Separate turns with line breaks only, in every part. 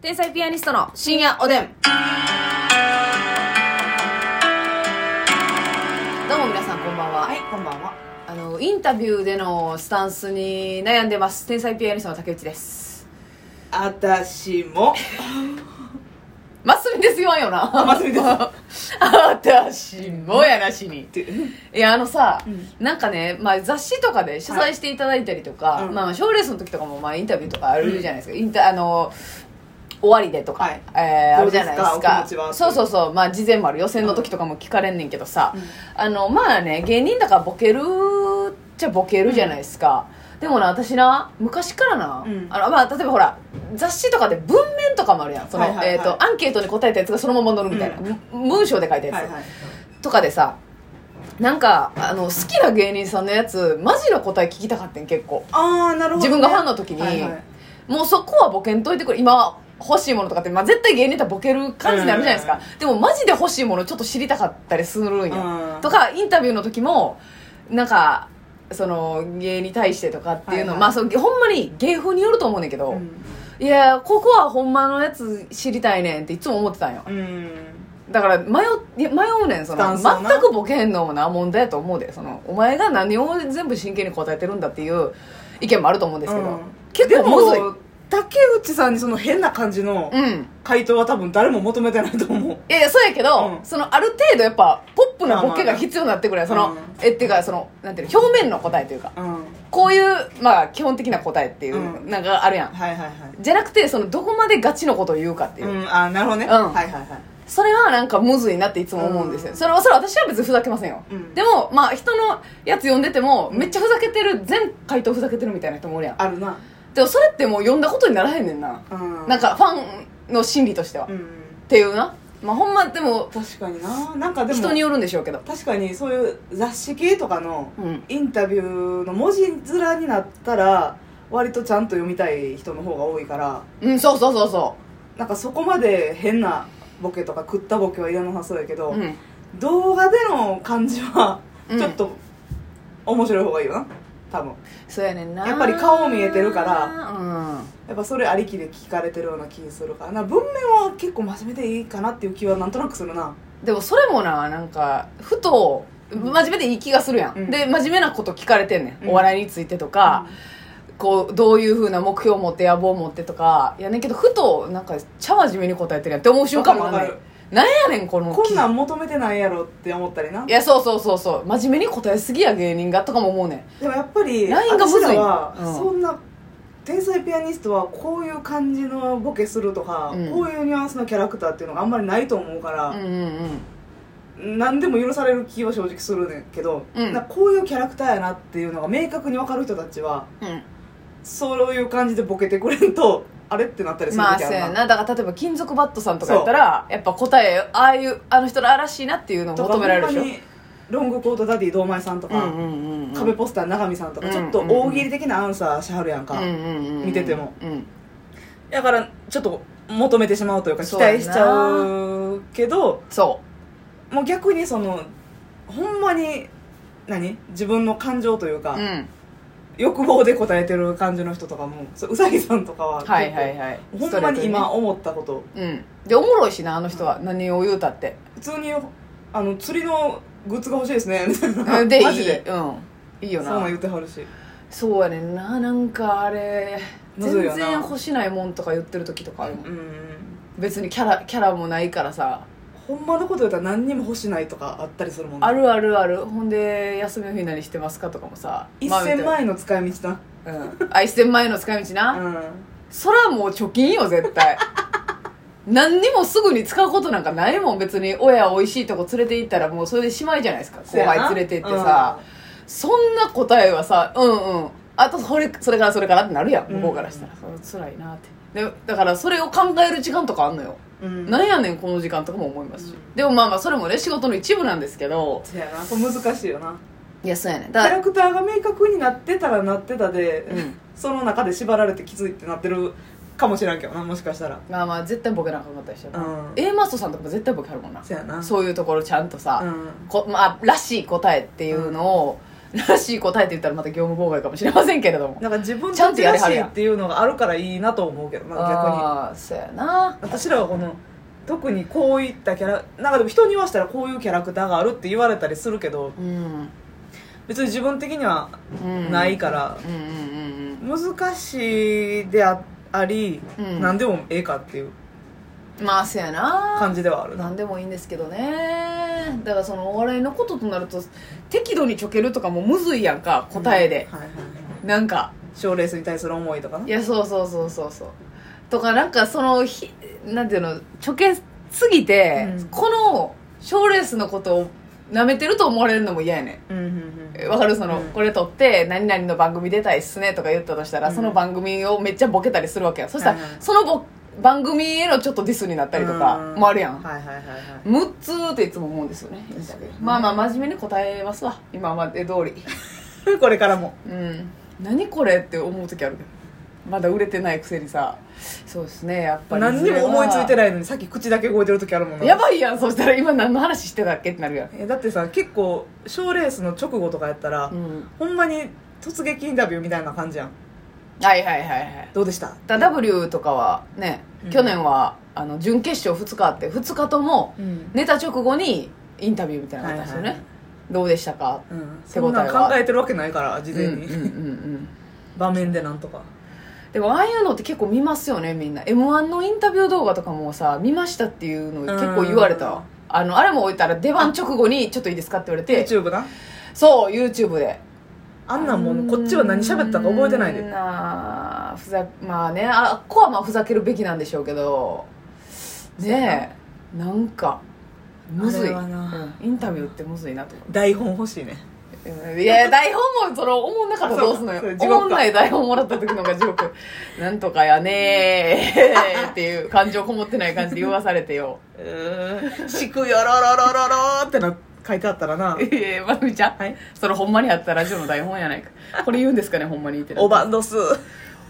天才ピアニストの深夜おでんどうも皆さんこんばんは、
はい、こんばんは。
あのインタビューでのスタンスに悩んでます天才ピアニストの竹内です
あたし も。
マスミです言わんよな
あマスミです
私もやなしにいやあのさ、
うん
なんかね、まあ、雑誌とかで取材していただいたりとか、
はいうん
まあまあ、賞レースの時とかも、まあ、インタビューとかあるじゃないですか、インタあの終わりでとか、
はい
えーあるじゃないです
どうですか
か
お気持ちは
そうそうそう、まあ、事前もある予選の時とかも聞かれんねんけどさ、
うん
あのまあね芸人だからボケるっちゃボケるじゃないですか、でもな私な昔からな、
うん
あのまあ、例えばほら雑誌とかで文面とかもあるやんその、
はいはいはい
えー、とアンケートに答えたやつがそのまま載るみたいな、む文章で書いたやつ、
はいはい。
とかでさなんかあの好きな芸人さんのやつマジの答え聞きたかってん結構
ああ、なるほど、ね。
自分がファンの時に
はいはい
もうそこはボケんといてくれ今欲しいものとかって、まあ、絶対芸人ってボケる感じになるじゃないですか、でもマジで欲しいものちょっと知りたかったりするんや、
うん
とかインタビューの時もなんかその芸に対してとかっていうの、
はいはい
まあそのほんまに芸風によると思うねんけど、
うん
いやここはほんまのやつ知りたいねんっていつも思ってたんよ
うん。
だから迷いや迷うねんそ
スタ
の
ンスをな
全くボケへんのもな問題やと思うでそのお前が何を全部真剣に答えてるんだっていう意見もあると思うんですけど、
うん
結構むずい
でも竹内さんにその変な感じの
うん
回答は多分誰も求めてないと思う。
いやいやそうやけど、
うん
そのある程度やっぱポップなボケが必要になってくるやんその、
うん
えっていうかそのなんていうの表面の答えというか
うん。はい
こういうまあ基本的な答えっていう
うん
なんかあるやん、
はいはい。
じゃなくてそのどこまでガチのことを言うかっていうう、
ん、あーなるほどね。
うん
はいはいはい。
それはなんかむずいなっていつも思うんですよ、
うん
それはそれは私は別にふざけませんよ、
うん
でもまあ人のやつ読んでてもめっちゃふざけてる全回答ふざけてるみたいな人もおるやん
あるな。
でもそれってもう読んだことにならへんねんな、
うん。
なんかファンの心理としては、
う
っ
ん。
ていうなまあほんまでも
確かにな。なんかでも、
人によるんでしょうけど
確かにそういう雑誌系とかの
うん
インタビューの文字面になったら、割とちゃんと読みたい人の方が多いから、
うんそうそうそうそ
なんかそこまで変なボケとか食ったボケはいらなさそうやけど、
う、うん、
動画での感じは
うん
ちょっと面白い方がいいよな多分
そうやねんな
やっぱり顔見えてるから
うん
やっぱそれありきで聞かれてるような気するからな文面は結構真面目でいいかなっていう気はなんとなくするな
でもそれもななんかふと真面目でいい気がするやん、
うん
で真面目なこと聞かれてんねん、
うん
お笑いについてとか、こうどういうふうな目標を持って野望を持ってとかやねんけどふとなんかちゃ真面目に答えてるやんって思う瞬間もあんね
わかるわか
んなんやねんこの
こんな
き
ん求めてないやろって思ったりない
やそうそうそうそう真面目に答えすぎや芸人がとかも思うねん
でもやっぱり
ラインがむずい
私らは
うん
そんな天才ピアニストはこういう感じのボケするとか、
うん
こういうニュアンスのキャラクターっていうのがあんまりないと思うから、
うんうんうん
何でも許される気は正直するねんけど、
うん
なんかこういうキャラクターやなっていうのが明確に分かる人たちは
うん
そういう感じでボケてくれんと あれってなったりする
まあ
時
そ
あ
う
るな,、
やなだから例えば金属バットさんとかやったらやっぱ答えああいうあの人らしいなっていうのを
とか
求められるでしょ
ほんまにロングコートダディ堂前さんとか、
うんうんうんうん
壁ポスター永見さんとか、
うん
ちょっと大喜利的なアンサーしはるやんか、
うんうんうんうん
見てても
うん
だからちょっと求めてしまうというか期
そうやな
待しちゃうけど
そ
もう逆にそのほんまに何自分の感情というか、
ううん
欲望で答えてる感じの人とかもそううさぎさんとかは結構
はいはいはい
ほんまに今
ス
思ったこと
トレートにねうんでおもろいしなあの人は何を言うたって
普通にあの釣りのグッズが欲しいですねみたいな
でい
マジ
い
で
うんいい
そ
よ
うなん言
な
ってはるし
そうやねんななんかあれ
むずいよ
全
な
然欲しないもんとか言ってる時とかあるもん
うん
別にキャラキャラもないからさ
ほんまのこと言ったら何にも欲しないとかあったりするもんね
あるあるあるほんで休みの日何してますかとかもさ
1000万円の使い道な
円うんあ1000万円の使い道な
う
そらもう貯金よ絶 対何にもすぐに使うことなんかないもん別に親おいしいとこ連れて行ったらもうそれでしまいじゃないですか
せ
後
やな
輩連れて行ってさ、そんな答えはさうんうんあとそれそれからそれからってなるやん向こうからしたら、それ辛いなってでだからそれを考える時間とかあんのよ、
んうん
なんやねんこの時間とかも思いますし、
うん
でもまあまあそれもね仕事の一部なんですけど
そやなこれ難しいよない
やそうやねん
キ
だ
ャラクターが明確になってたらなってたで、
うん
その中で縛られてきついってなってるかもしれんけどなもしかしたら
まあまあ絶対ボケなんかよかったりしてる、
うん
A マストさんとかも絶対ボケあるもんな
そやな
そういうところちゃんとさ、
うん
こまあ、らしい答えっていうのを、らしい答えって言ったらまた業務妨害かもしれませんけれども
なんか自分
ちゃ
た
んと
ち
や
ら
れは
し
る
い
やん
っていうのがあるからいいなと思うけどな逆に
ああそうやな
私らはこの特にこういったキャラなんかでも人に言わせたらこういうキャラクターがあるって言われたりするけど
うん、
別に自分的には
うん、
ないから、
うんうんうん
難しいでああり、
うん
何でもええかっていう
うんまあそうやな
感じではある
何でもいいんですけどねだからそのお笑いのこととなると適度にちょけるとかもむずいやんか答えで、
はいはいはい
なんか
賞レースに対する思いとかない
やそうそうそうそうそうとかなんかそのひなんていうのちょけすぎて、
うん
この賞ーレースのことをなめてると思われるのも嫌やねん
うんうん
えわかるその、
うん
これ撮って何々の番組出たいっすねとか言ったとしたら、
うん
その番組をめっちゃボケたりするわけやそしたら、
はいはい
そのぼ番組へのちょっとディスになったりとかもあるやん、
はいはいはいはい
6つっていつも思うんですよねインタビュー
確かに
まあまあ真面目に答えますわ今まで通り
これからも
うん何これって思う時あるけどまだ売れてないくせにさそうですねやっぱり
何にも思いついて
な
ないのにさっき口だけ動いてる時あるもんな
やばいやんそしたら今何の話してたっけってなるやん
えだってさ結構賞レースの直後とかやったら、
うん
ほんまに突撃インタビューみたいな感じやん
はいはいはいはい
どうでした
だ W とかはね、
うん
去年はあの準決勝2日あって2日とも
うん、
寝た直後にインタビューみたいなのがあったんですよね、
はいはい
どうでしたか
うん、
手
そ
応えは
んなん考えてるわけないから事前に、
うんうんうんうん
場面でなんとか
でもああいうのって結構見ますよねみんな m 1のインタビュー動画とかもさ見ましたっていうの結構言われた
うん
わあのあれも置いたら出番直後に「ちょっといいですか?」って言われて
YouTube な
そう YouTube で
あんなんもうこっちは何喋ったか覚えてないで
うーんなあふざまあねあっこはまあふざけるべきなんでしょうけどねえなんかむず
あ
い、
れはな
うんインタビューってむずいなと思
台本欲しいね
っていや台本もその思んなかったらどうすんの
そうかそ
よ
う地獄か
思んない台本もらった時の方が地獄 なんとかやねえ っていう感情こもってない感じで言わされてよ
うーん しくよろろろろろってな書いてあったらな
ええまふみちゃん、
はい
それほんまにあったラジオの台本やないかこれ言うんですかねほんまにってなって
おばんどす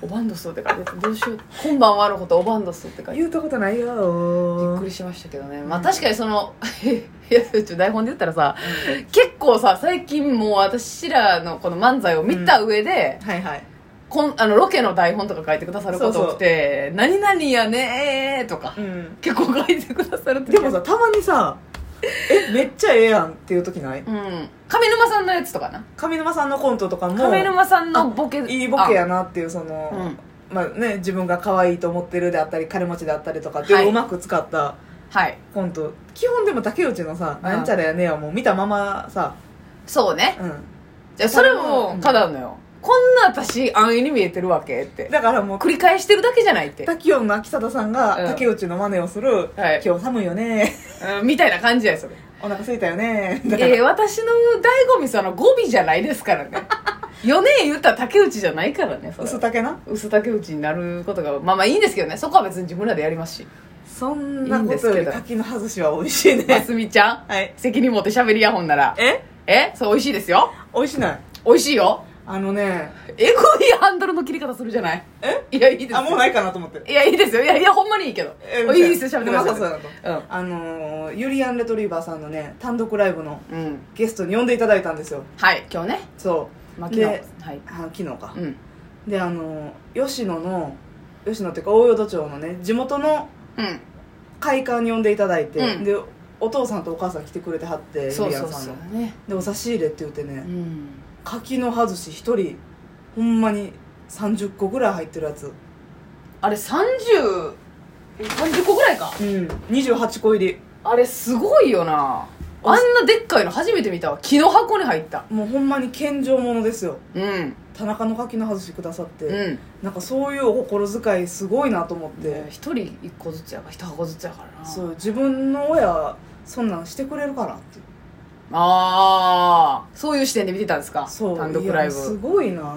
おばんどすって書いてあるどうしよう今晩はのことおばんどすって書いてある
言うたことないよ
びっ
ー
くりしましたけどね、まあ、確かにその いやちょっと台本で言ったらさ、結構さ最近もう私らのこの漫才を見た上で、
はいはい
こんあのロケの台本とか書いてくださること多くて「何々やねー」とか、
うん
結構書いてくださる時
でもさたまにさえめっちゃええやんっていう時ない
うん上沼さんのやつとかな
上沼さんのコントとかも
上沼さんのボケ
いいボケや
な
なっていうその、
うん
まあね、自分が可愛いと思ってるであったり金持ちであったりとかっていうのを
はいう
まく使った
はい
コント、基本でも竹内のさ「
ん
なんちゃらやねや」もう見たままさ、
そうね
うん、
じゃあそれもただのよ、こんな私安易に見えてるわけって
だからもう
繰り返してるだけじゃないって、
滝音の秋貞さん
うん
が竹内の真似をする「
はい
今日寒いよね
うんみたいな感じやそれ
お腹空いたよね」だから
えー、私の醍醐味その語尾じゃないですからね4年言ったら竹内じゃないからねそれ
薄竹な
薄竹内になることがまあまあいいんですけどねそこは別に自分らでやりますし
そんなこ
いいんです
とよ
け
り
ど
柿の外しは美味し い
ま
ね
すみちゃん、
はい
責任持って喋りやほんなら
え
えそう美味しいですよ
美味しない
美味しいよ
あのね
えぐいハンドルの切り方するじゃない
え
いやいいですよ
あもうないかなと思って
いやいいですよいやいやほんまにいいけど、
え
おいいですよ喋ってくだ
でもまあそうだ
さ
なと
いうん
あのーユリアン・レトリーバーさんのね単独ライブの
うん
ゲストに呼んでいただいたんですよ
はい今日ね
そう
まあ昨日
で
はい
あ昨日か
う、ん
であの吉野の吉野っていうか大淀町のね地元の
うん
会館に呼んでいただいて、
うん
でお父さんとお母さん来てくれてはって
そうそ
ゆりやん
う
さん
そう
の
ね
でお差し入れって言ってね、
うん
柿の外し一人ほんまに30個ぐらい入ってるやつ
あれ3030個ぐらいか
うん28個入り
あれすごいよなあんなでっかいの初めて見たわ木の箱に入った
もうほんまに献上物ですよ
うん
田中の柿の外しくださって、
うん
なんかそういうお心遣いすごいなと思って、
で一人一個ずつやから一箱ずつやからな
そう自分の親そんなんしてくれるかなって
ああそういう視点で見てたんですか
そう
単独ライ
いやす
ブ
ごいな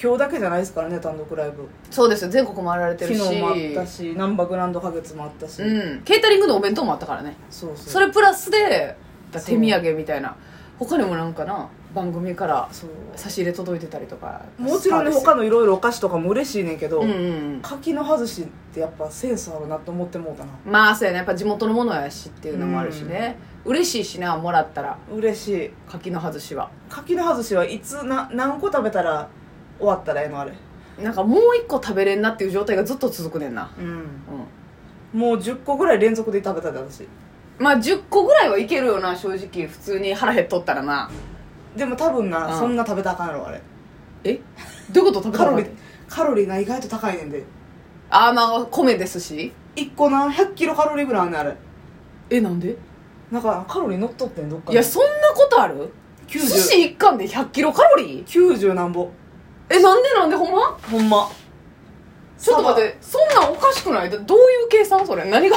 今日だけじゃないですからね単独ライブ
そうですよ全国回られて
昨
るし
日もあったし難波グランド花月もあったし、
うんケータリングのお弁当もあったからね
そうそう
それプラスでだ
そう
手土産みたいな他にもなんかな番組から
そう
差し入れ届いてたりとか
もちろんね
スター
他
で
のいろいろお菓子とかも嬉しいねんけど、
すようんうん
柿の外しってやっぱセンスあるなと思ってもうたな
うんまあそうやねやっぱ地元のものやしっていうのもあるしね、嬉しいしなもらったら
嬉しい
柿の外しは
柿の外しはいつな何個食べたら終わったらええのあれ
なんかもう一個食べれんなっていう状態がずっと続くねんな
うん
う
もう10個ぐらい連続で食べたで私
んまあ10個ぐらいはいけるよな正直普通に腹減っとったらな
でも多分な、
うん
そんな食べたらあかんやろあれ
えどういうこと食べ
カ
たの
ロリーカロリーが意外と高いねんで
あーまあ米ですし
1個な100キロカロリーぐらいあんねんあれ
えなんで
なんかカロリー乗っとってんどっか
いやそんなことある寿司一貫で100キロカロリー
90なんぼ
えなんでなんでほんま
ほんま
ちょっと待ってそんなんおかしくないどどういう計算それ何が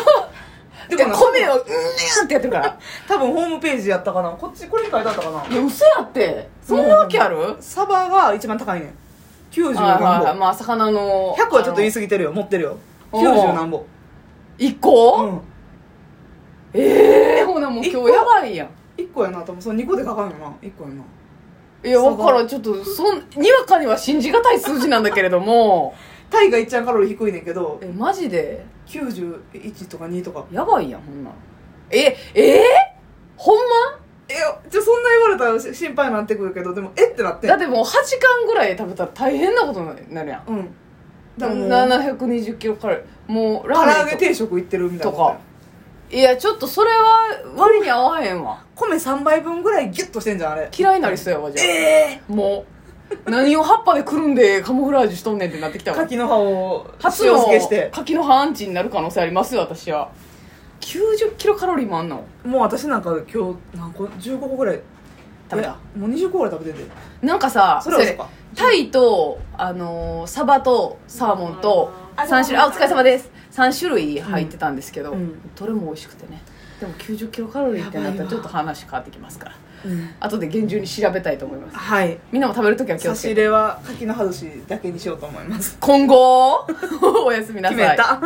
で
で
もな
米をうんねんってやってるから
多分ホームページやったかなこっちこれに書いてあったかない
や嘘やってそんなわけある
サバが一番高いねん90
はいはいは
ないんぼ
まあ魚の
100はちょっと言い
あの
過ぎてるよ持ってるよ
おう
90なんぼ
一個、
うん
ええほなもう
一
今
個
日やばいやん
1個やな多分その2個でかかんよな1個やない
や、
その
わからん、ちょっと、そん、にわかには信じがたい数字なんだけれども、
タイがいっちゃんカロリー低いねんけど
え、マジで、
91とか2とか
やばいやん、ほんなん。え、えー、ほん
えじゃあそんな言われたらし心配になってくるけどでもえってなって
ま
ん
だってもう8時間ぐらい食べたら大変なことになるやん。
うんだからもう
720キロカロリー。もう、ラ
唐揚
ーメ
げ
ンと
定食いってるみた
と
いな
か。いや、ちょっとそれは割に合わへんわ。
米3杯分ぐらいギュッとしてんじゃんあれ
嫌いになりそうやわ、じゃ
ええ
あ。もう、何を葉っぱでくるんでカモフラージュしとんねんってなってきたわ。
柿の葉を塩
初の
漬けして
柿の葉アンチになる可能性ありますよ、私は。90キロカロリーもあんの
もう私なんか今日何個15個ぐらい
食べ
いや
た
もう20個ぐらい食べてて
なんかさ
それはそうか
それタイと、あのーサバとサーモンと
あ
3種類あお疲れ様です3種類入ってたんですけど、
うんうん
どれも美味しくてねでも90キロカロリーってなったらちょっと話変わってきますから
うん
後で厳重に調べたいと思います
はい
みんなも食べるときは気を
差
つ
し
け
入
て
れは柿の葉寿司だけにしようと思います
今後おやすみなさい
決めた